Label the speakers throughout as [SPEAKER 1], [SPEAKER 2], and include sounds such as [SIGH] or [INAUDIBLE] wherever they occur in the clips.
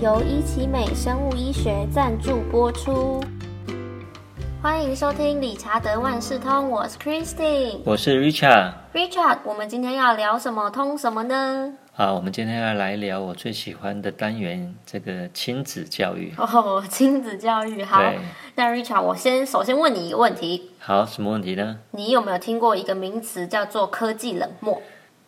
[SPEAKER 1] 由伊奇美生物医学赞助播出。欢迎收听《理查德万事通》，我是 Christine。
[SPEAKER 2] 我是 Richard
[SPEAKER 1] Richard，我们今天要聊什么通什么呢？ [LAUGHS]
[SPEAKER 2] 啊，我们今天要来聊我最喜欢的单元——这个亲子教育。
[SPEAKER 1] 哦，亲子教育。好，
[SPEAKER 2] 对，
[SPEAKER 1] 那 Richard，我先首先问你一个问题：
[SPEAKER 2] 好，什么问题呢？
[SPEAKER 1] 你有没有听过一个名词叫做科技冷漠？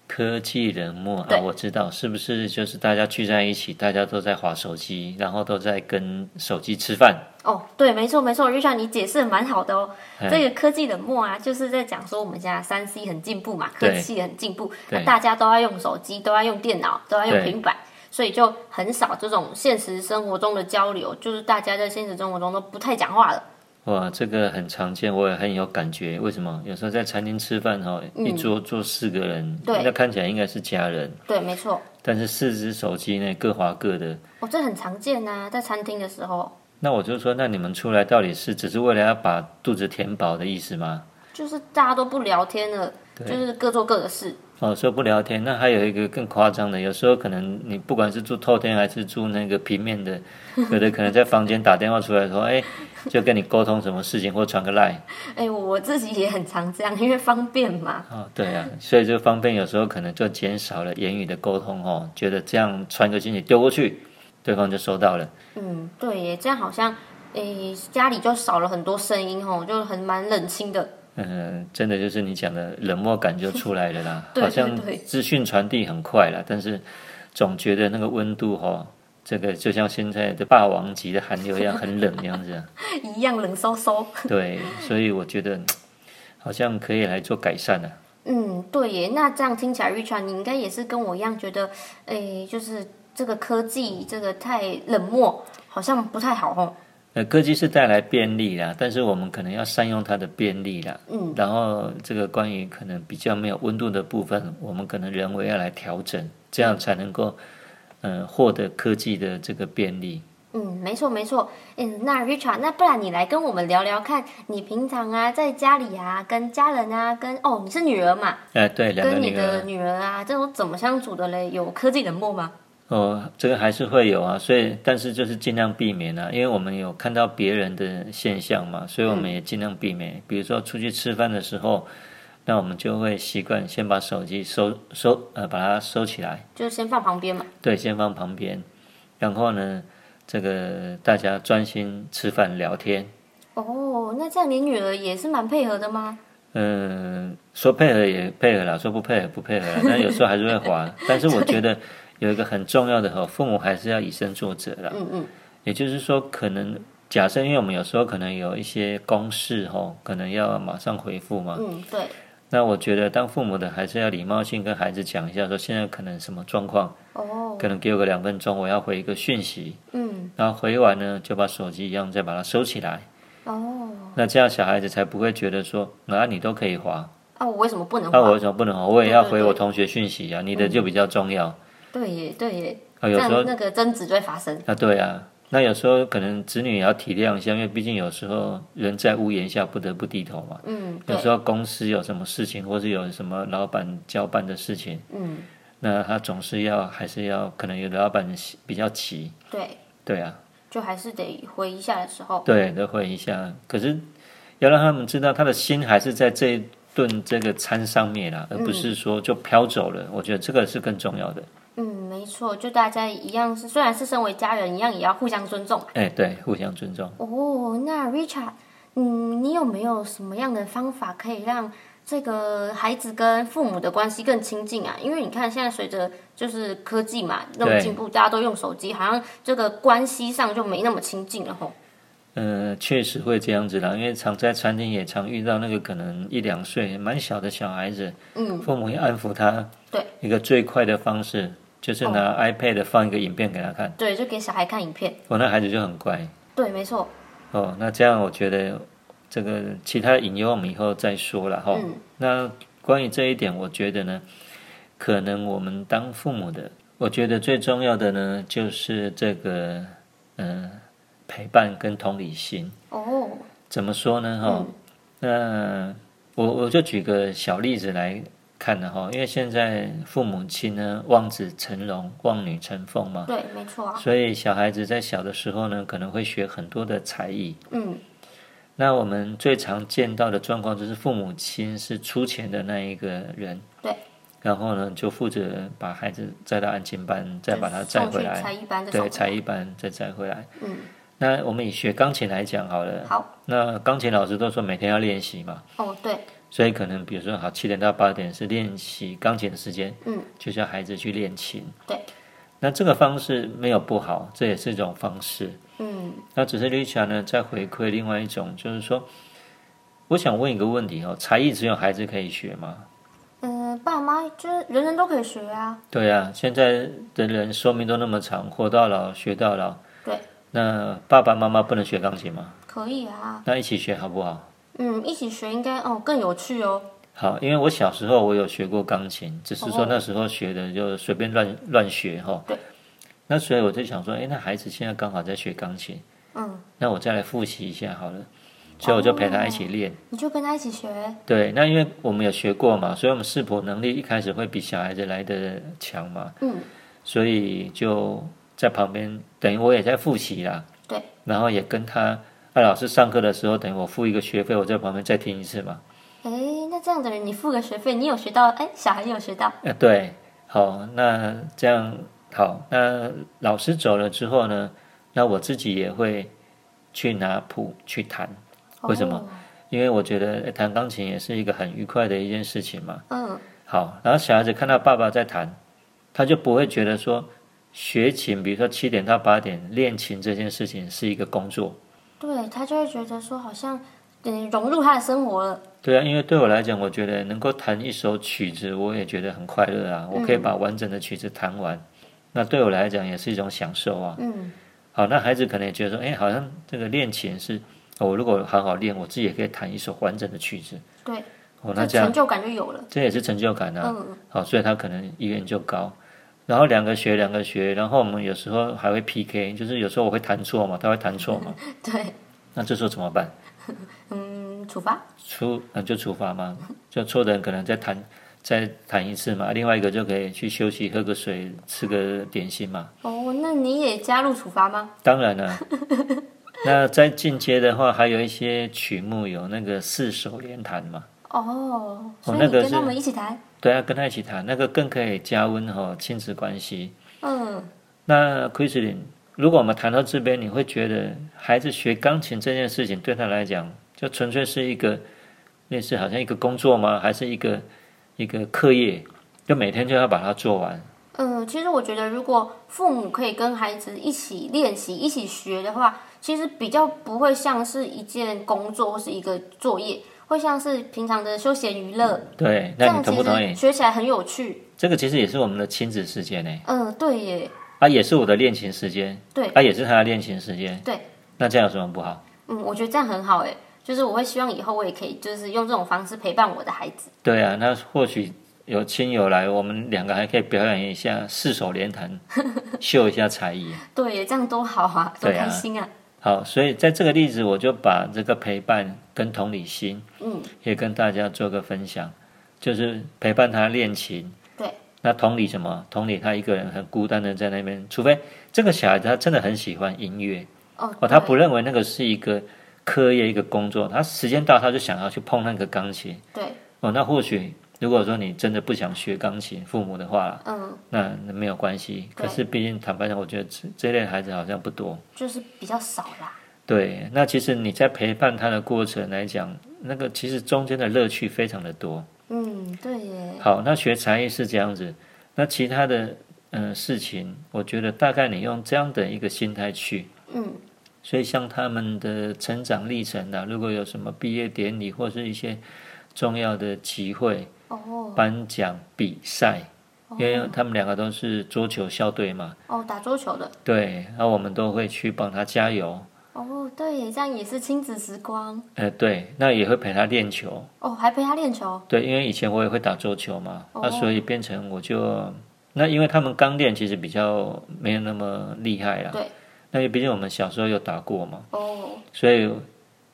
[SPEAKER 2] 科技冷漠啊
[SPEAKER 1] 对，
[SPEAKER 2] 我知道，是不是就是大家聚在一起，大家都在划手机，然后都在跟手机吃饭？
[SPEAKER 1] 哦，对，没错没错，Richard，你解释的蛮好的哦。
[SPEAKER 2] 嗯
[SPEAKER 1] 这个科技冷漠啊，就是在讲说我们现在三 C 很进步嘛，科
[SPEAKER 2] 对
[SPEAKER 1] 技很进步，那
[SPEAKER 2] 对
[SPEAKER 1] 大家都要用手机，都要用电脑，都要用
[SPEAKER 2] 对
[SPEAKER 1] 平板，所以就很少这种现实生活中的交流，就是大家在现实生活中都不太讲话了。
[SPEAKER 2] 哇，这个很常见，我也很有感觉。为什么？有时候在餐厅吃饭哈、一桌坐四个人，
[SPEAKER 1] 嗯对
[SPEAKER 2] 那看起来应该是家人，
[SPEAKER 1] 对，没错，
[SPEAKER 2] 但是四只手机呢，各划各的。
[SPEAKER 1] 哦，这很常见呐、在餐厅的时候，
[SPEAKER 2] 那我就说，那你们出来到底是只是为了要把肚子填饱的意思吗？
[SPEAKER 1] 就是大家都不聊天了，就是各做各的事。
[SPEAKER 2] 哦，说不聊天，那还有一个更夸张的，有时候可能你不管是住透天还是住那个平面的， [LAUGHS] 有的可能在房间打电话出来说，哎，就跟你沟通什么事情或传个 line
[SPEAKER 1] 哎、我自己也很常这样，因为方便嘛。
[SPEAKER 2] 哦，对啊，所以就方便有时候可能就减少了言语的沟通哦，觉得这样传个信息丢过去，对方就收到了。
[SPEAKER 1] 嗯，对耶，这样好像，诶、家里就少了很多声音吼，就很蛮冷清的。
[SPEAKER 2] 嗯，真的就是你讲的冷漠感就出来了啦
[SPEAKER 1] [LAUGHS] ，对
[SPEAKER 2] 好像
[SPEAKER 1] 对对
[SPEAKER 2] 资讯传递很快啦，但是总觉得那个温度哈、哦，这个就像现在的霸王级的寒流一样，很冷这样子啊。
[SPEAKER 1] 一样冷飕飕。 [LAUGHS]
[SPEAKER 2] 对，所以我觉得好像可以来做改善啊了、
[SPEAKER 1] 嗯，对耶，那这样听起来，Richard，你应该也是跟我一样觉得，诶、就是这个科技这个太冷漠，好像不太好吼。
[SPEAKER 2] 呃，科技是带来便利啦，但是我们可能要善用它的便利啦。
[SPEAKER 1] 嗯，
[SPEAKER 2] 然后这个关于可能比较没有温度的部分，我们可能人为要来调整，这样才能够呃获得科技的这个便利。
[SPEAKER 1] 嗯，没错没错。嗯，那 Richard，那不然你来跟我们聊聊看，你平常啊在家里啊跟家人啊跟哦你是女儿嘛，
[SPEAKER 2] 哎、对，两个
[SPEAKER 1] 跟你
[SPEAKER 2] 女
[SPEAKER 1] 的
[SPEAKER 2] 儿，
[SPEAKER 1] 女儿啊这种怎么相处的嘞？有科技冷漠吗？
[SPEAKER 2] 哦，这个还是会有啊，所以但是就是尽量避免啊，因为我们有看到别人的现象嘛，所以我们也尽量避免。比如说出去吃饭的时候，那我们就会习惯先把手机收收呃把它收起来，
[SPEAKER 1] 就先放旁边嘛。
[SPEAKER 2] 对，先放旁边，然后呢，这个大家专心吃饭聊天。
[SPEAKER 1] 哦，那这样你女儿也是蛮配合的吗？
[SPEAKER 2] 嗯，说配合也配合了，说不配合不配合啦，那有时候还是会滑。但是我觉得有一个很重要的哈，父母还是要以身作则啦。
[SPEAKER 1] 嗯嗯，
[SPEAKER 2] 也就是说，可能假设，因为我们有时候可能有一些公事吼，可能要马上回复嘛。
[SPEAKER 1] 嗯，对，
[SPEAKER 2] 那我觉得当父母的还是要礼貌性跟孩子讲一下，说现在可能什么状况，
[SPEAKER 1] 哦，
[SPEAKER 2] 可能给我个两分钟，我要回一个讯息。
[SPEAKER 1] 嗯，
[SPEAKER 2] 然后回完呢，就把手机一样再把它收起来。
[SPEAKER 1] 哦，
[SPEAKER 2] 那这样小孩子才不会觉得说，啊，你都可以滑，
[SPEAKER 1] 啊，我为什么不能
[SPEAKER 2] 那、
[SPEAKER 1] 画？
[SPEAKER 2] 我为什么不能滑？我也要
[SPEAKER 1] 对对
[SPEAKER 2] 回
[SPEAKER 1] 对嗯
[SPEAKER 2] 我同学讯息啊，你的就比较重要。
[SPEAKER 1] 对耶，对耶，
[SPEAKER 2] 啊，有
[SPEAKER 1] 这
[SPEAKER 2] 时候
[SPEAKER 1] 样那个争执就会发生。
[SPEAKER 2] 啊，对啊，那有时候可能子女也要体谅一下，因为毕竟有时候人在屋檐下不得不低头嘛。
[SPEAKER 1] 嗯，
[SPEAKER 2] 有
[SPEAKER 1] 对，
[SPEAKER 2] 时候公司有什么事情，或是有什么老板交办的事情，
[SPEAKER 1] 嗯，
[SPEAKER 2] 那他总是要还是要，可能有的老板比较急，
[SPEAKER 1] 对，
[SPEAKER 2] 对啊，
[SPEAKER 1] 就还是得回一下的时候。
[SPEAKER 2] 对，都会一下。可是要让他们知道，他的心还是在这一顿这个餐上面啦，而不是说就飘走了。我觉得这个是更重要的。
[SPEAKER 1] 嗯，没错，就大家一样是，虽然是身为家人，一样也要互相尊重。
[SPEAKER 2] 哎，对，互相尊重。
[SPEAKER 1] 哦，那 Richard，嗯，你有没有什么样的方法可以让这个孩子跟父母的关系更亲近啊？因为你看，现在随着就是科技嘛那么
[SPEAKER 2] 对
[SPEAKER 1] 进步，大家都用手机，好像这个关系上就没那么亲近了吼。
[SPEAKER 2] 嗯、确实会这样子啦，因为常在餐厅也常遇到那个可能一两岁蛮小的小孩子，
[SPEAKER 1] 嗯，
[SPEAKER 2] 父母要安抚他，
[SPEAKER 1] 对，哦
[SPEAKER 2] 一个最快的方式就是拿 iPad 放一个影片给他看，
[SPEAKER 1] 对，就给小孩看影片。
[SPEAKER 2] 我、那孩子就很乖
[SPEAKER 1] 对，没错。
[SPEAKER 2] 哦。那这样我觉得这个其他的隐忧我们以后再说了哈、
[SPEAKER 1] 嗯
[SPEAKER 2] 那关于这一点，我觉得呢，可能我们当父母的，我觉得最重要的呢就是这个嗯、呃陪伴跟同理心。
[SPEAKER 1] 哦，嗯
[SPEAKER 2] 怎么说呢？哈、那我我就举个小例子来看的哈，因为现在父母亲呢望子成龙、望女成凤嘛，
[SPEAKER 1] 对，没错啊，
[SPEAKER 2] 所以小孩子在小的时候呢，可能会学很多的才艺。
[SPEAKER 1] 嗯，
[SPEAKER 2] 那我们最常见到的状况就是父母亲是出钱的那一个人，
[SPEAKER 1] 对，
[SPEAKER 2] 然后呢就负责把孩子载到安亲班，再把他
[SPEAKER 1] 就
[SPEAKER 2] 载
[SPEAKER 1] 送
[SPEAKER 2] 回
[SPEAKER 1] 去
[SPEAKER 2] 来，
[SPEAKER 1] 才艺班的，
[SPEAKER 2] 对，才艺班再载回来。
[SPEAKER 1] 嗯，
[SPEAKER 2] 那我们以学钢琴来讲好了，
[SPEAKER 1] 好，
[SPEAKER 2] 那钢琴老师都说每天要练习嘛，
[SPEAKER 1] 哦，对，
[SPEAKER 2] 所以可能比如说好七点到八点是练习钢琴的时间，
[SPEAKER 1] 嗯，
[SPEAKER 2] 就叫孩子去练琴。
[SPEAKER 1] 对，
[SPEAKER 2] 那这个方式没有不好，这也是一种方式。
[SPEAKER 1] 嗯，
[SPEAKER 2] 那只是 Richard 呢在回馈另外一种，就是说，我想问一个问题哦，才艺只有孩子可以学吗？
[SPEAKER 1] 嗯，爸妈就是人人都可以学啊，
[SPEAKER 2] 对啊，现在的人寿命都那么长，活到老学到老。
[SPEAKER 1] 对。
[SPEAKER 2] 那爸爸妈妈不能学钢琴吗？
[SPEAKER 1] 可以啊，
[SPEAKER 2] 那一起学好不好？
[SPEAKER 1] 嗯，一起学应该哦更有趣哦，
[SPEAKER 2] 好，因为我小时候我有学过钢琴，只是说那时候学的就随便乱乱学哈。
[SPEAKER 1] 对。
[SPEAKER 2] 那所以我就想说，哎，那孩子现在刚好在学钢琴，
[SPEAKER 1] 嗯，
[SPEAKER 2] 那我再来复习一下好了。所以我就陪他一起练。
[SPEAKER 1] 你就跟他一起学，
[SPEAKER 2] 对，那因为我们有学过嘛，所以我们视谱能力一开始会比小孩子来的强嘛，
[SPEAKER 1] 嗯，
[SPEAKER 2] 所以就在旁边，等于我也在复习啦。
[SPEAKER 1] 对。
[SPEAKER 2] 然后也跟他，那老师上课的时候，等于我付一个学费，我在旁边再听一次嘛。
[SPEAKER 1] 哎，那这样的人你付个学费，你有学到，哎，小孩也有学到，
[SPEAKER 2] 呃，对，好，那这样好，那老师走了之后呢，那我自己也会去拿谱去弹，为什么？
[SPEAKER 1] 哦
[SPEAKER 2] 因为我觉得呃弹钢琴也是一个很愉快的一件事情嘛。
[SPEAKER 1] 哦？嗯，
[SPEAKER 2] 好，然后小孩子看到爸爸在弹，他就不会觉得说学琴，比如说七点到八点练琴这件事情是一个工作。
[SPEAKER 1] 对他就会觉得说好像嗯融入他的生活了，
[SPEAKER 2] 对啊，因为对我来讲，我觉得能够弹一首曲子，我也觉得很快乐
[SPEAKER 1] 嗯
[SPEAKER 2] 啊。我可以把完整的曲子弹完，那对我来讲也是一种享受啊。
[SPEAKER 1] 嗯，
[SPEAKER 2] 好，那孩子可能也觉得说，哎，好像这个练琴是，哦我如果好好练，我自己也可以弹一首完整的曲子。
[SPEAKER 1] 对，
[SPEAKER 2] 哦，那
[SPEAKER 1] 这
[SPEAKER 2] 这样
[SPEAKER 1] 成就感就有了，
[SPEAKER 2] 这也是成就感啊。
[SPEAKER 1] 嗯，
[SPEAKER 2] 好，所以他可能意愿就高。然后两个学，两个学，然后我们有时候还会 PK，就是有时候我会弹错嘛，他会弹错嘛，
[SPEAKER 1] [LAUGHS] 对，
[SPEAKER 2] 那这时候怎么办？
[SPEAKER 1] 嗯，处罚，
[SPEAKER 2] 出呃就处罚嘛，就错的人可能再弹再弹一次嘛，另外一个就可以去休息，喝个水，吃个点心嘛。
[SPEAKER 1] 哦，那你也加入处罚吗？
[SPEAKER 2] 当然了，那在进阶的话，还有一些曲目有那个四手联弹嘛，
[SPEAKER 1] 哦，所以
[SPEAKER 2] 那
[SPEAKER 1] 你
[SPEAKER 2] 个
[SPEAKER 1] 跟他
[SPEAKER 2] 是
[SPEAKER 1] 们一起弹，
[SPEAKER 2] 对啊，跟他一起弹，那个更可以加温哦亲子关系。
[SPEAKER 1] 嗯，
[SPEAKER 2] 那 Christine，如果我们谈到这边，你会觉得孩子学钢琴这件事情对他来讲，就纯粹是一个类似好像一个工作吗？还是一个一个课业？就每天就要把它做完？
[SPEAKER 1] 嗯，其实我觉得，如果父母可以跟孩子一起练习、一起学的话，其实比较不会像是一件工作或是一个作业，会像是平常的休闲娱乐。
[SPEAKER 2] 对，
[SPEAKER 1] 这
[SPEAKER 2] 嗯那你
[SPEAKER 1] 样
[SPEAKER 2] 同
[SPEAKER 1] 其
[SPEAKER 2] 不同意
[SPEAKER 1] 实？学起来很有趣。
[SPEAKER 2] 这个其实也是我们的亲子时间呢，
[SPEAKER 1] 嗯，对耶，
[SPEAKER 2] 啊，也是我的练琴时间，
[SPEAKER 1] 对，
[SPEAKER 2] 啊，也是他的练琴时间。
[SPEAKER 1] 对，
[SPEAKER 2] 那这样有什么不好？
[SPEAKER 1] 嗯，我觉得这样很好哎。就是我会希望以后我也可以，就是用这种方式陪伴我的孩子。
[SPEAKER 2] 对啊，那或许有亲友来，我们两个还可以表演一下四手
[SPEAKER 1] [LAUGHS]
[SPEAKER 2] 联弹，秀一下才艺。
[SPEAKER 1] 对耶，这样多好啊，多
[SPEAKER 2] 对啊
[SPEAKER 1] 开心啊！
[SPEAKER 2] 好，所以在这个例子，我就把这个陪伴跟同理心
[SPEAKER 1] 嗯，
[SPEAKER 2] 也跟大家做个分享，就是陪伴他练琴。
[SPEAKER 1] 对。
[SPEAKER 2] 那同理什么？同理他一个人很孤单的在那边，除非这个小孩子他真的很喜欢音乐
[SPEAKER 1] 哦，
[SPEAKER 2] 哦，他不认为那个是一个课业一个工作，他时间到他就想要去碰那个钢琴
[SPEAKER 1] 对，
[SPEAKER 2] 哦。那或许如果说你真的不想学钢琴，父母的话，
[SPEAKER 1] 嗯，
[SPEAKER 2] 那那没有关系。可
[SPEAKER 1] 对
[SPEAKER 2] 是毕竟坦白讲，我觉得这这类孩子好像不多。
[SPEAKER 1] 就是比较少啦。
[SPEAKER 2] 对，那其实你在陪伴他的过程来讲，那个其实中间的乐趣非常的多。
[SPEAKER 1] 嗯，对耶，
[SPEAKER 2] 好，那学才艺是这样子，那其他的嗯、呃事情，我觉得大概你用这样的一个心态去，
[SPEAKER 1] 嗯，
[SPEAKER 2] 所以像他们的成长历程啊，如果有什么毕业典礼或是一些重要的集会、
[SPEAKER 1] 哦，
[SPEAKER 2] 颁奖比赛，
[SPEAKER 1] 哦
[SPEAKER 2] 因为他们两个都是桌球校队嘛，
[SPEAKER 1] 哦，打桌球的。
[SPEAKER 2] 对，那我们都会去帮他加油。
[SPEAKER 1] 哦，对耶，这样也是亲子时光
[SPEAKER 2] 呃，对，那也会陪他练球。
[SPEAKER 1] 哦，还陪他练球，
[SPEAKER 2] 对，因为以前我也会打桌球嘛，那、
[SPEAKER 1] 哦
[SPEAKER 2] 所以变成我就那，因为他们刚练其实比较没有那么厉害啊啦。
[SPEAKER 1] 对。
[SPEAKER 2] 那也毕竟我们小时候有打过嘛，
[SPEAKER 1] 哦，
[SPEAKER 2] 所以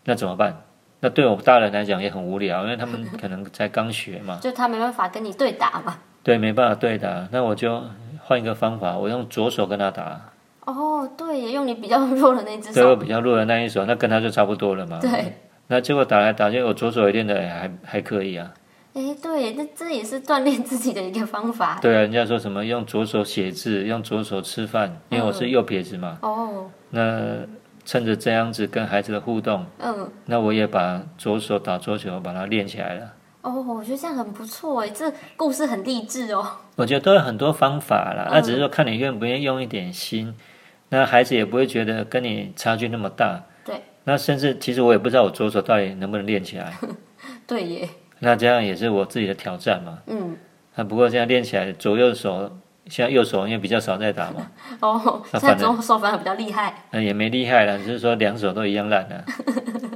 [SPEAKER 2] 那怎么办？那对我们大人来讲也很无聊，因为他们可能才刚学嘛， [LAUGHS]
[SPEAKER 1] 就他没办法跟你对打嘛。
[SPEAKER 2] 对，没办法对打。那我就换一个方法，我用左手跟他打，
[SPEAKER 1] 哦，对耶，用你比较弱的那只
[SPEAKER 2] 对
[SPEAKER 1] 手，
[SPEAKER 2] 我比较弱的那一手，那跟他就差不多了嘛。
[SPEAKER 1] 对，
[SPEAKER 2] 那结果打来打去，我左手也练的还还可以啊。
[SPEAKER 1] 哎，对耶，那这也是锻炼自己的一个方法。
[SPEAKER 2] 对啊，人家说什么用左手写字，用左手吃饭，因为我
[SPEAKER 1] 嗯
[SPEAKER 2] 是右撇子嘛。
[SPEAKER 1] 哦，
[SPEAKER 2] 那趁着这样子跟孩子的互动，
[SPEAKER 1] 嗯，
[SPEAKER 2] 那我也把左手打桌球把它练起来了。
[SPEAKER 1] 哦，我觉得这样很不错哎，这故事很励志哦。
[SPEAKER 2] 我觉得都有很多方法啦，
[SPEAKER 1] 嗯
[SPEAKER 2] 那、只是说看你愿不愿意用一点心，那孩子也不会觉得跟你差距那么大。
[SPEAKER 1] 对，
[SPEAKER 2] 那甚至其实我也不知道我左手到底能不能练起
[SPEAKER 1] [LAUGHS]
[SPEAKER 2] 来，
[SPEAKER 1] 对耶，
[SPEAKER 2] 那这样也是我自己的挑战嘛。
[SPEAKER 1] 嗯，
[SPEAKER 2] 啊，不过现在练起来左右手，现在右手因为比较少在打嘛，
[SPEAKER 1] [LAUGHS] 哦，
[SPEAKER 2] 那
[SPEAKER 1] 现
[SPEAKER 2] 反
[SPEAKER 1] 在
[SPEAKER 2] 而
[SPEAKER 1] 左手反而比较厉害。
[SPEAKER 2] 那也没厉害了，只是说两手都一样烂啊了、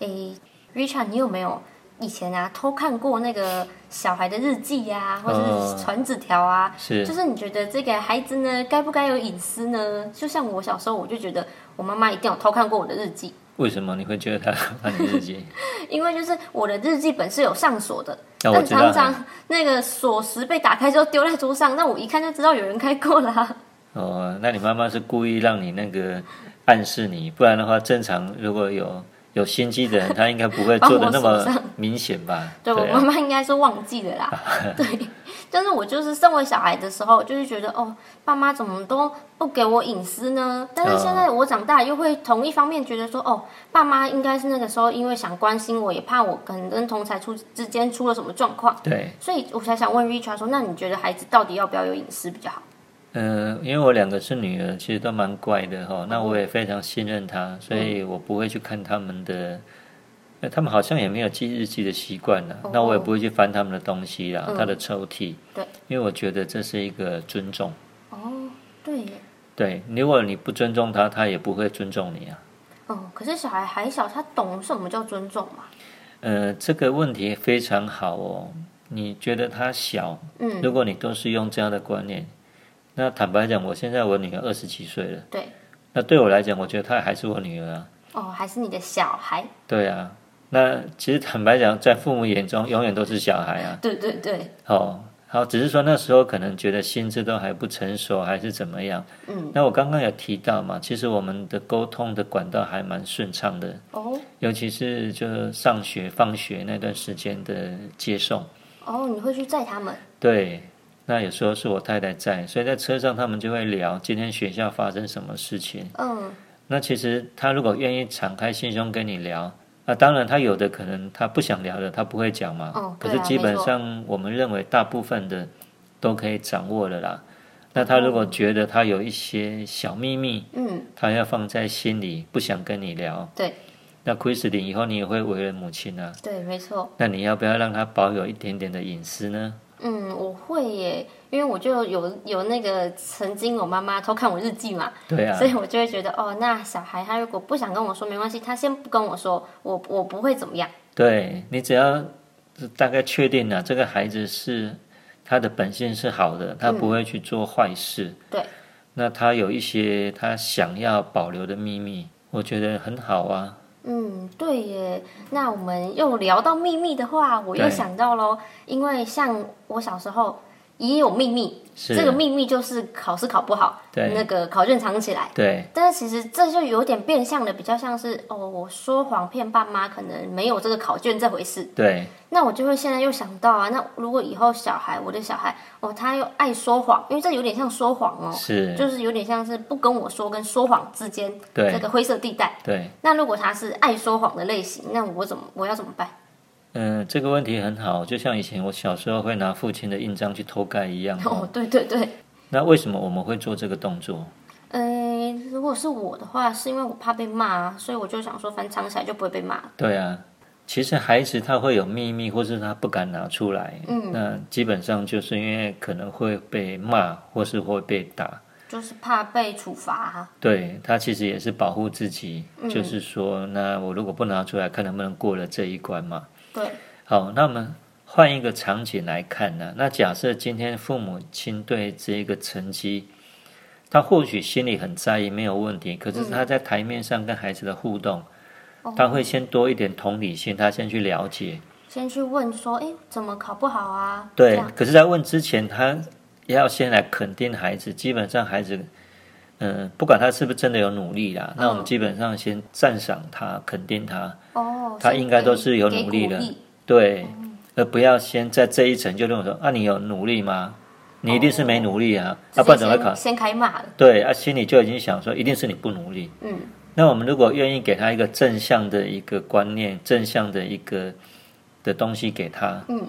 [SPEAKER 1] 诶，Richard，你有没有以前啊偷看过那个小孩的日记呀、或者
[SPEAKER 2] 哦
[SPEAKER 1] 是传纸条啊？
[SPEAKER 2] 是
[SPEAKER 1] 就是你觉得这个孩子呢，该不该有隐私呢？就像我小时候，我就觉得我妈妈一定有偷看过我的日记，
[SPEAKER 2] 为什么你会觉得他 [LAUGHS] 看你日记？
[SPEAKER 1] 因为就是我的日记本是有上锁的，
[SPEAKER 2] 那哦我
[SPEAKER 1] 但
[SPEAKER 2] 知道哎
[SPEAKER 1] 常常那个锁匙被打开之后丢在桌上，那我一看就知道有人开过啦。
[SPEAKER 2] 哦，那你妈妈是故意让你那个暗示你，不然的话，正常如果有有心机的人，他应该不会做的那
[SPEAKER 1] 帮我锁
[SPEAKER 2] 么明显吧？
[SPEAKER 1] 对我妈
[SPEAKER 2] 啊，
[SPEAKER 1] 妈应该是忘记了
[SPEAKER 2] [LAUGHS]
[SPEAKER 1] 啦。对，但是我就是身为小孩的时候，就是觉得哦，爸妈怎么都不给我隐私呢？但是现在我长大，又会同一方面觉得说，哦，爸妈应该是那个时候因为想关心我，也怕我可能跟同才出之间出了什么状况，
[SPEAKER 2] 对，
[SPEAKER 1] 所以我才想问 Richard 说，那你觉得孩子到底要不要有隐私比较好？
[SPEAKER 2] 嗯、因为我两个是女儿，其实都蛮乖的哈、那我也非常信任她，所以我不会去看他们的。呃他们好像也没有记日记的习惯了，
[SPEAKER 1] 哦嗯
[SPEAKER 2] 那我也不会去翻他们的东西啦，他的抽屉，
[SPEAKER 1] 对，
[SPEAKER 2] 因为我觉得这是一个尊重。
[SPEAKER 1] 哦，对耶，
[SPEAKER 2] 对，如果你不尊重他，他也不会尊重你啊。
[SPEAKER 1] 哦，可是小孩还小，他懂什么叫尊重嘛？
[SPEAKER 2] 呃，这个问题非常好哦。你觉得他小，
[SPEAKER 1] 嗯，
[SPEAKER 2] 如果你都是用这样的观念，那坦白讲，我现在我女儿二十几岁了，
[SPEAKER 1] 对，
[SPEAKER 2] 那对我来讲，我觉得她还是我女儿啊。
[SPEAKER 1] 哦，还是你的小孩，
[SPEAKER 2] 对啊，那其实坦白讲，在父母眼中永远都是小孩啊。
[SPEAKER 1] 对对对，
[SPEAKER 2] 哦，好，只是说那时候可能觉得心智都还不成熟，还是怎么样。
[SPEAKER 1] 嗯，
[SPEAKER 2] 那我刚刚有提到嘛，其实我们的沟通的管道还蛮顺畅的，
[SPEAKER 1] 哦
[SPEAKER 2] 尤其是就上学、放学那段时间的接送。
[SPEAKER 1] 哦，你会去载他们，
[SPEAKER 2] 对，那有时候是我太太在，所以在车上他们就会聊今天学校发生什么事情。
[SPEAKER 1] 嗯，
[SPEAKER 2] 那其实他如果愿意敞开心胸跟你聊，那当然他有的可能他不想聊的他不会讲嘛。
[SPEAKER 1] 哦
[SPEAKER 2] 可
[SPEAKER 1] 对啊
[SPEAKER 2] 是基本上我们认为大部分的都可以掌握了啦。那他如果觉得他有一些小秘密，
[SPEAKER 1] 嗯，
[SPEAKER 2] 他要放在心里，不想跟你聊，
[SPEAKER 1] 对
[SPEAKER 2] 那 Christine 以后你也会为人母亲啊，
[SPEAKER 1] 对，没错，
[SPEAKER 2] 那你要不要让他保有一点点的隐私呢？
[SPEAKER 1] 嗯，我会耶，因为我就有有那个曾经我妈妈偷看我日记嘛，
[SPEAKER 2] 对啊，
[SPEAKER 1] 所以我就会觉得哦，那小孩他如果不想跟我说没关系，他先不跟我说，我我不会怎么样，
[SPEAKER 2] 对你只要大概确定了、这个孩子是他的本性是好的，他不会去做坏事。
[SPEAKER 1] 对，
[SPEAKER 2] 那他有一些他想要保留的秘密，我觉得很好啊。
[SPEAKER 1] 嗯，对耶。那我们又聊到秘密的话，我又
[SPEAKER 2] 对
[SPEAKER 1] 想到喽，因为像我小时候也有秘密，
[SPEAKER 2] 是
[SPEAKER 1] 这个秘密就是考试考不好，
[SPEAKER 2] 对
[SPEAKER 1] 那个考卷藏起来。
[SPEAKER 2] 对
[SPEAKER 1] 但是其实这就有点变相的，比较像是哦，我说谎骗爸妈，可能没有这个考卷这回事。
[SPEAKER 2] 对
[SPEAKER 1] 那我就会现在又想到啊，那如果以后小孩，我的小孩哦，他又爱说谎，因为这有点像说谎哦，
[SPEAKER 2] 是，
[SPEAKER 1] 就是有点像是不跟我说跟说谎之间
[SPEAKER 2] 对
[SPEAKER 1] 这个灰色地带。
[SPEAKER 2] 对，
[SPEAKER 1] 那如果他是爱说谎的类型，那我怎么我要怎么办？
[SPEAKER 2] 嗯、这个问题很好，就像以前我小时候会拿父亲的印章去偷盖
[SPEAKER 1] [LAUGHS]
[SPEAKER 2] 一样、
[SPEAKER 1] 哦
[SPEAKER 2] 哦。，
[SPEAKER 1] 对对对，
[SPEAKER 2] 那为什么我们会做这个动作？
[SPEAKER 1] 呃，如果是我的话，是因为我怕被骂啊，所以我就想说，反正藏起来就不会被骂。
[SPEAKER 2] 对啊，其实孩子他会有秘密，或是他不敢拿出来，嗯，那基本上就是因为可能会被骂，或是会被打。
[SPEAKER 1] 就是怕被处罚啊、
[SPEAKER 2] 对他其实也是保护自己，就是说，那我如果不拿出来，看能不能过了这一关嘛。
[SPEAKER 1] 对，
[SPEAKER 2] 好，那我们换一个场景来看呢、那假设今天父母亲对这个成绩，他或许心里很在意，没有问题。可是他在台面上跟孩子的互动，
[SPEAKER 1] 哦
[SPEAKER 2] 他会先多一点同理心，他先去了解。
[SPEAKER 1] 先去问说，哎，怎么考不好啊？这
[SPEAKER 2] 对
[SPEAKER 1] 样，
[SPEAKER 2] 可是，在问之前，他要先来肯定孩子。基本上，孩子，嗯、不管他是不是真的有努力啦，那我们基本上先赞赏他，肯定他，
[SPEAKER 1] 哦，
[SPEAKER 2] 他
[SPEAKER 1] 先
[SPEAKER 2] 应该都
[SPEAKER 1] 给
[SPEAKER 2] 是有
[SPEAKER 1] 给
[SPEAKER 2] 努力
[SPEAKER 1] 鼓
[SPEAKER 2] 的
[SPEAKER 1] 励
[SPEAKER 2] 对，而不要先在这一层就认为说，啊，你有努力吗？你一定是没努力啊，啊，
[SPEAKER 1] 直
[SPEAKER 2] 不然
[SPEAKER 1] 接
[SPEAKER 2] 怎么会考
[SPEAKER 1] 先？先开骂了，
[SPEAKER 2] 对啊，心里就已经想说，一定是你不努力。
[SPEAKER 1] 嗯，
[SPEAKER 2] 那我们如果愿意给他一个正向的一个观念，正向的一个的东西给他，
[SPEAKER 1] 嗯，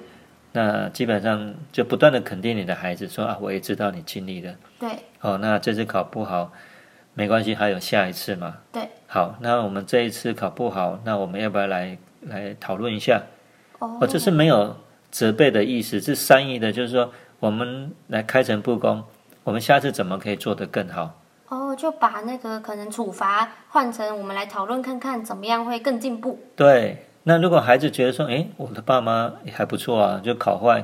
[SPEAKER 2] 那基本上就不断的肯定你的孩子，说啊，我也知道你尽力了，
[SPEAKER 1] 对
[SPEAKER 2] 哦，那这次考不好没关系，还有下一次嘛。
[SPEAKER 1] 对，
[SPEAKER 2] 好，那我们这一次考不好，那我们要不要来来讨论一下？
[SPEAKER 1] 哦，
[SPEAKER 2] 哦，这是没有责备的意思，是善意的，就是说我们来开诚布公，我们下次怎么可以做得更好？
[SPEAKER 1] 哦，就把那个可能处罚换成我们来讨论看看怎么样会更进步。
[SPEAKER 2] 对，那如果孩子觉得说，诶，我的爸妈也还不错啊，就考坏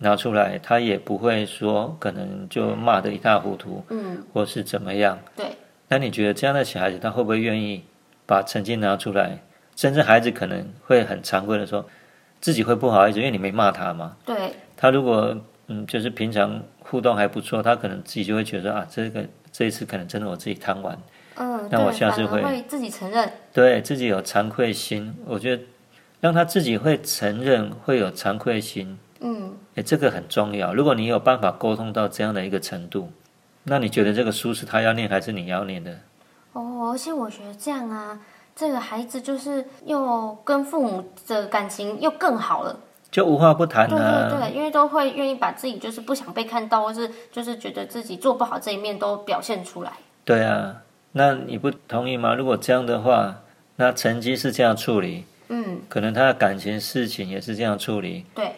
[SPEAKER 2] 拿出来，他也不会说可能就骂得一塌糊涂，
[SPEAKER 1] 嗯，
[SPEAKER 2] 或是怎么样。
[SPEAKER 1] 对，
[SPEAKER 2] 那你觉得这样的小孩子，他会不会愿意把成绩拿出来？甚至孩子可能会很常规的说，自己会不好意思，因为你没骂他嘛。
[SPEAKER 1] 对，
[SPEAKER 2] 他如果嗯，就是平常互动还不错，他可能自己就会觉得说啊，这个这一次可能真的我自己贪玩。
[SPEAKER 1] 嗯，
[SPEAKER 2] 那我
[SPEAKER 1] 对
[SPEAKER 2] 下
[SPEAKER 1] 反
[SPEAKER 2] 次
[SPEAKER 1] 而
[SPEAKER 2] 会
[SPEAKER 1] 会自己承认。
[SPEAKER 2] 对自己有惭愧心，我觉得让他自己会承认会有惭愧心，
[SPEAKER 1] 嗯，
[SPEAKER 2] 诶，这个很重要。如果你有办法沟通到这样的一个程度，那你觉得这个书是他要念还是你要念的？
[SPEAKER 1] 哦，而且我觉得这样啊，这个孩子就是又跟父母的感情又更好了。
[SPEAKER 2] 就无话不谈
[SPEAKER 1] 对
[SPEAKER 2] 啊。
[SPEAKER 1] 对对，因为都会愿意把自己就是不想被看到，或是就是觉得自己做不好这一面都表现出来。
[SPEAKER 2] 对啊，那你不同意吗？如果这样的话，那成绩是这样处理，
[SPEAKER 1] 嗯，
[SPEAKER 2] 可能他的感情事情也是这样处理。
[SPEAKER 1] 对，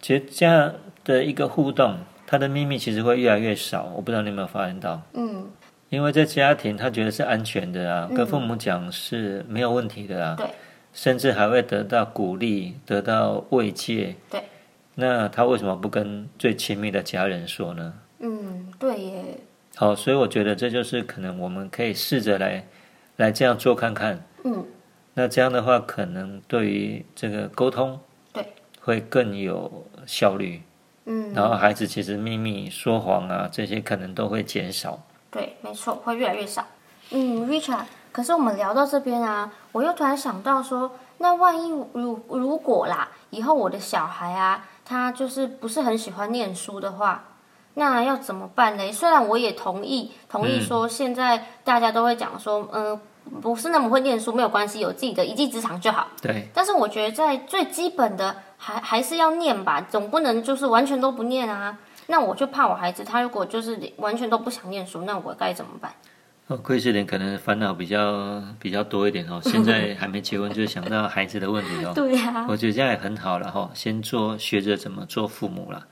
[SPEAKER 2] 其实这样的一个互动，他的秘密其实会越来越少。我不知道你有没有发现到。
[SPEAKER 1] 嗯，
[SPEAKER 2] 因为在家庭，他觉得是安全的啊，跟父母讲是没有问题的啊，
[SPEAKER 1] 对
[SPEAKER 2] 甚至还会得到鼓励，得到慰藉。
[SPEAKER 1] 对，
[SPEAKER 2] 那他为什么不跟最亲密的家人说呢？
[SPEAKER 1] 嗯，对耶，
[SPEAKER 2] 好，所以我觉得这就是可能我们可以试着来来这样做看看。
[SPEAKER 1] 嗯，
[SPEAKER 2] 那这样的话，可能对于这个沟通，
[SPEAKER 1] 对，
[SPEAKER 2] 会更有效率。
[SPEAKER 1] 嗯，
[SPEAKER 2] 然后孩子其实秘密、说谎啊，这些可能都会减少。
[SPEAKER 1] 对，没错，会越来越少。嗯，Richard，可是我们聊到这边啊，我又突然想到说，那万一如如果啦，以后我的小孩啊，他就是不是很喜欢念书的话，那要怎么办嘞？虽然我也同意，同意说现在大家都会讲说，嗯、不是那么会念书没有关系，有自己的一技之长就好。
[SPEAKER 2] 对，
[SPEAKER 1] 但是我觉得在最基本的还还是要念吧，总不能就是完全都不念啊。那我就怕我孩子他如果就是完全都不想念书，那我该怎么办？
[SPEAKER 2] 哦，贵士林可能烦恼比较比较多一点哦，现在还没结婚就想到孩子的问
[SPEAKER 1] [LAUGHS]
[SPEAKER 2] 题哦。
[SPEAKER 1] 对呀、
[SPEAKER 2] 我觉得这样也很好了哈、先做学着怎么做父母了。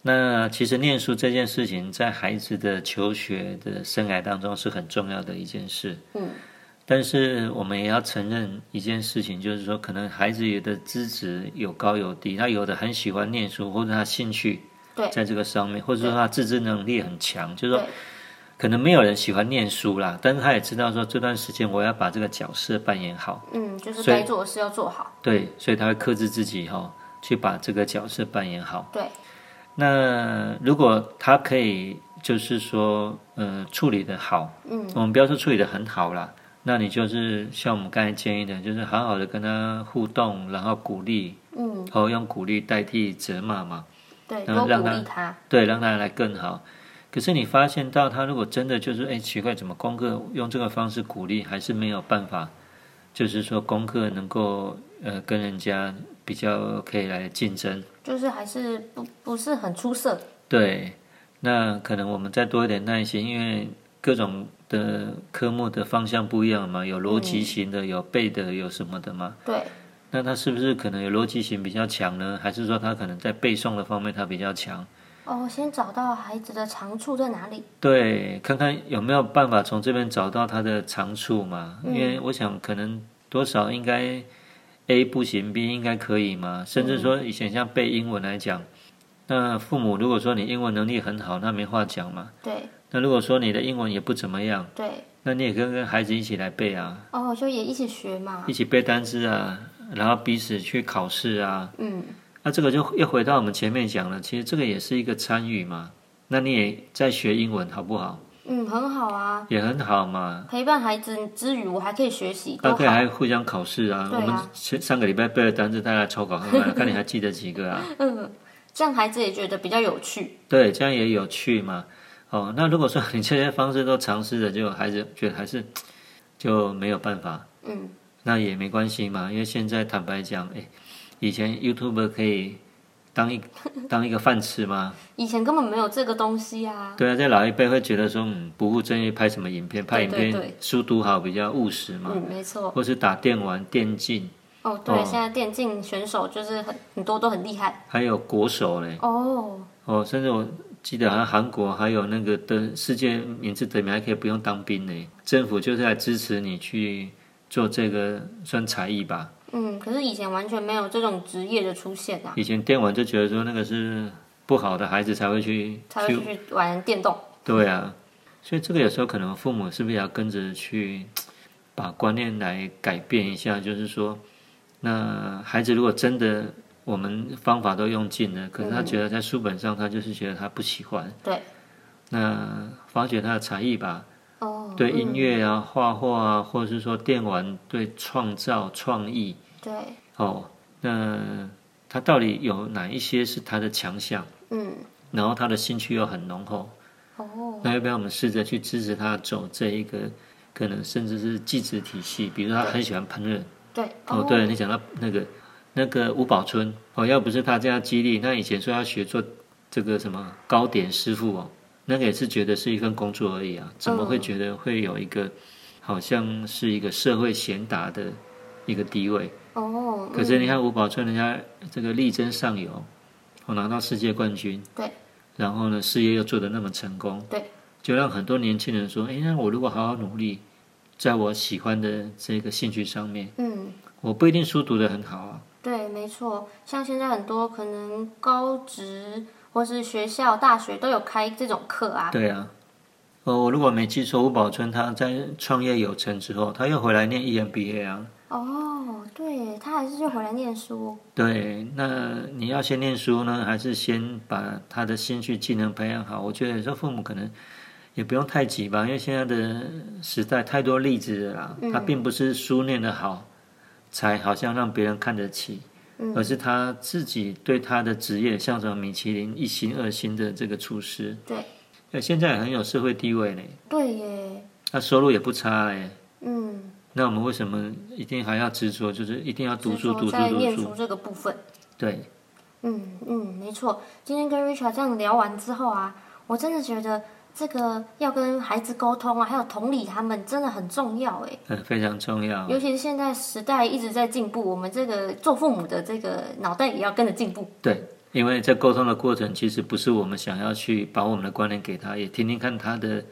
[SPEAKER 2] 那其实念书这件事情，在孩子的求学的生涯当中是很重要的一件事。
[SPEAKER 1] 嗯，
[SPEAKER 2] 但是我们也要承认一件事情，就是说，可能孩子有的资质有高有低，他有的很喜欢念书，或者他兴趣
[SPEAKER 1] 对
[SPEAKER 2] 在这个上面，或者说他自制能力很强，就是说
[SPEAKER 1] 对，
[SPEAKER 2] 可能没有人喜欢念书啦，但是他也知道说这段时间我要把这个角色扮演好，
[SPEAKER 1] 嗯，就是
[SPEAKER 2] 所以
[SPEAKER 1] 该做的事要做好。
[SPEAKER 2] 对，所以他会克制自己哈、哦，去把这个角色扮演好。
[SPEAKER 1] 对，
[SPEAKER 2] 那如果他可以就是说，嗯、处理的好，
[SPEAKER 1] 嗯，
[SPEAKER 2] 我们不要说处理的很好啦，那你就是像我们刚才建议的，就是好好的跟他互动，然后鼓励，
[SPEAKER 1] 嗯，
[SPEAKER 2] 然后用鼓励代替责骂嘛，
[SPEAKER 1] 对，
[SPEAKER 2] 嗯
[SPEAKER 1] 多
[SPEAKER 2] 让
[SPEAKER 1] 鼓
[SPEAKER 2] 他
[SPEAKER 1] 励他。
[SPEAKER 2] 对，让他来更好。可是你发现到他如果真的就是，哎，奇怪，怎么功课用这个方式鼓励，还是没有办法，就是说功课能够呃跟人家比较可以来竞争。
[SPEAKER 1] 就是还是不不是很出色，
[SPEAKER 2] 对，那可能我们再多一点耐心，因为各种的科目的方向不一样嘛，有逻辑型的，有背的，有什么的嘛。
[SPEAKER 1] 对，
[SPEAKER 2] 那他是不是可能有逻辑型比较强呢？还是说他可能在背诵的方面他比较强？
[SPEAKER 1] 哦，先找到孩子的长处在哪里，
[SPEAKER 2] 对，看看有没有办法从这边找到他的长处嘛？因为我想可能多少应该 A 不行，B 应该可以嘛。甚至说以前像背英文来讲，那父母如果说你英文能力很好，那没话讲嘛。
[SPEAKER 1] 对
[SPEAKER 2] 那如果说你的英文也不怎么样，
[SPEAKER 1] 对，
[SPEAKER 2] 那你也可以跟孩子一起来背啊，
[SPEAKER 1] 哦，就也一起学嘛。
[SPEAKER 2] 一起背单词啊，然后彼此去考试啊。
[SPEAKER 1] 嗯，
[SPEAKER 2] 那这个就又回到我们前面讲了，其实这个也是一个参与嘛。那你也在学英文好不好？
[SPEAKER 1] 嗯，很好啊。
[SPEAKER 2] 也很好嘛。
[SPEAKER 1] 陪伴孩子之余，我还可以学习，
[SPEAKER 2] 大
[SPEAKER 1] 都
[SPEAKER 2] 概
[SPEAKER 1] 好。
[SPEAKER 2] 还互相考试啊。
[SPEAKER 1] 对啊
[SPEAKER 2] 我们前上个礼拜背的单词，大家抽考看看，看你还记得几个啊？
[SPEAKER 1] [LAUGHS] 嗯，这样孩子也觉得比较有趣。
[SPEAKER 2] 对，这样也有趣嘛。哦，那如果说你这些方式都尝试了，就还是觉得还是就没有办法，
[SPEAKER 1] 嗯，
[SPEAKER 2] 那也没关系嘛。因为现在坦白讲，哎，以前 YouTube 可以
[SPEAKER 1] [LAUGHS]
[SPEAKER 2] 当一当一个饭吃吗？
[SPEAKER 1] 以前根本没有这个东西啊。
[SPEAKER 2] 对啊，在老一辈会觉得说，嗯，不务正业，拍什么影片？拍
[SPEAKER 1] 对
[SPEAKER 2] 影
[SPEAKER 1] 对
[SPEAKER 2] 片
[SPEAKER 1] 对
[SPEAKER 2] 书读好比较务实嘛，
[SPEAKER 1] 嗯，没错。
[SPEAKER 2] 或是打电玩、电竞，
[SPEAKER 1] 哦，对，
[SPEAKER 2] 哦
[SPEAKER 1] 现在电竞选手就是很很多都很厉害。
[SPEAKER 2] 还有国手嘞。
[SPEAKER 1] 哦，
[SPEAKER 2] 哦，甚至我记得好像韩国还有那个的世界名次得名还可以不用当兵呢，政府就是来支持你去做这个算才艺吧。
[SPEAKER 1] 嗯，可是以前完全没有这种职业的出现啊，
[SPEAKER 2] 以前电玩就觉得说那个是不好的孩子才会去
[SPEAKER 1] 才会去玩电动。
[SPEAKER 2] 对啊，所以这个有时候可能父母是不是也要跟着去把观念来改变一下？就是说，那孩子如果真的我们方法都用尽了，可是他觉得在书本上他就是觉得他不喜欢，
[SPEAKER 1] 对，
[SPEAKER 2] 那发掘他的才艺吧，
[SPEAKER 1] 哦，
[SPEAKER 2] 对
[SPEAKER 1] 嗯
[SPEAKER 2] 音乐啊、画画啊，或者是说电玩，对创造创意
[SPEAKER 1] 对，
[SPEAKER 2] 哦，那他到底有哪一些是他的强项？
[SPEAKER 1] 嗯，
[SPEAKER 2] 然后他的兴趣又很浓厚。
[SPEAKER 1] 哦，
[SPEAKER 2] 那要不要我们试着去支持他走这一个可能甚至是技职体系？比如说他很喜欢烹饪，
[SPEAKER 1] 对，
[SPEAKER 2] 哦，对你讲到那个那个吴宝春，哦，要不是他这样激励，那以前说要学做这个什么糕点师傅哦，那个也是觉得是一份工作而已啊，怎么
[SPEAKER 1] 嗯
[SPEAKER 2] 会觉得会有一个好像是一个社会贤达的一个地位？
[SPEAKER 1] 哦，
[SPEAKER 2] 可是你看吴宝春，人家这个力争上游，我拿到世界冠军，
[SPEAKER 1] 对，
[SPEAKER 2] 然后呢，事业又做得那么成功，
[SPEAKER 1] 对，
[SPEAKER 2] 就让很多年轻人说，哎，那我如果好好努力，在我喜欢的这个兴趣上面，
[SPEAKER 1] 嗯，
[SPEAKER 2] 我不一定书读得很好啊，
[SPEAKER 1] 对，没错，像现在很多可能高职或是学校、大学都有开这种课啊。
[SPEAKER 2] 对啊，呃，我如果没记错，吴宝春他在创业有成之后，他又回来念 EMBA 啊，
[SPEAKER 1] 哦，对，他还是就回来念书。
[SPEAKER 2] 对，那你要先念书呢，还是先把他的兴趣技能培养好？我觉得有时候父母可能也不用太急吧，因为现在的时代太多例子了啦。他并不是书念得好，才好像让别人看得起，
[SPEAKER 1] 嗯
[SPEAKER 2] 而是他自己对他的职业，像什么米其林一星、二星的这个厨师，
[SPEAKER 1] 对，
[SPEAKER 2] 呃现在也很有社会地位嘞，
[SPEAKER 1] 对耶，
[SPEAKER 2] 他收入也不差嘞。
[SPEAKER 1] 嗯，
[SPEAKER 2] 那我们为什么一定还要执着，就是一定要读书、
[SPEAKER 1] 执着
[SPEAKER 2] 读书、
[SPEAKER 1] 在
[SPEAKER 2] 读
[SPEAKER 1] 念
[SPEAKER 2] 书？
[SPEAKER 1] 书这个部分。
[SPEAKER 2] 对，
[SPEAKER 1] 嗯嗯，没错。今天跟 Richard 这样聊完之后啊，我真的觉得这个要跟孩子沟通啊，还有同理他们，真的很重要哎。
[SPEAKER 2] 嗯，非常重要。
[SPEAKER 1] 尤其是现在时代一直在进步，我们这个做父母的这个脑袋也要跟着进步。
[SPEAKER 2] 对，因为在沟通的过程，其实不是我们想要去把我们的观点给他，也听听看他的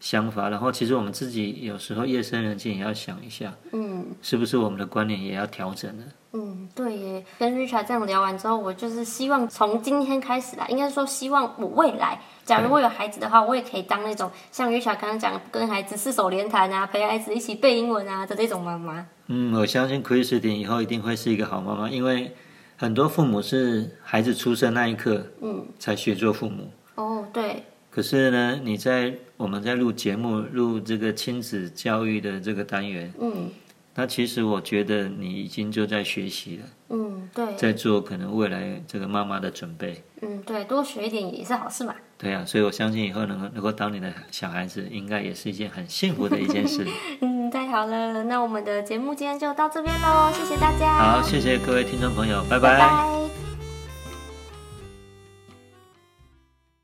[SPEAKER 2] 想法。然后，其实我们自己有时候夜深人静也要想一下，
[SPEAKER 1] 嗯。
[SPEAKER 2] 是不是我们的观点也要调整了。
[SPEAKER 1] 嗯，对耶，跟 Richard 这样聊完之后，我就是希望从今天开始啦，应该说希望我未来，假如我有孩子的话，我也可以当那种像 Richard 刚刚讲的，跟孩子四手联弹啊，陪孩子一起背英文啊的那种妈妈。
[SPEAKER 2] 嗯，我相信 Christine 以后一定会是一个好妈妈，因为很多父母是孩子出生那一刻，嗯，才学做父母。
[SPEAKER 1] 哦，对，
[SPEAKER 2] 可是呢，你在我们在录节目、录这个亲子教育的这个单元，
[SPEAKER 1] 嗯
[SPEAKER 2] 那其实我觉得你已经就在学习了。
[SPEAKER 1] 嗯，对，
[SPEAKER 2] 在做可能未来这个妈妈的准备。
[SPEAKER 1] 嗯对，多学一点也是好事嘛。
[SPEAKER 2] 对啊，所以我相信以后能够能够当你的小孩子，应该也是一件很幸福的一件事。
[SPEAKER 1] 嗯，太好了，那我们的节目今天就到这边喽，谢谢大家，
[SPEAKER 2] 好，谢谢各位听众朋友，拜
[SPEAKER 1] 拜拜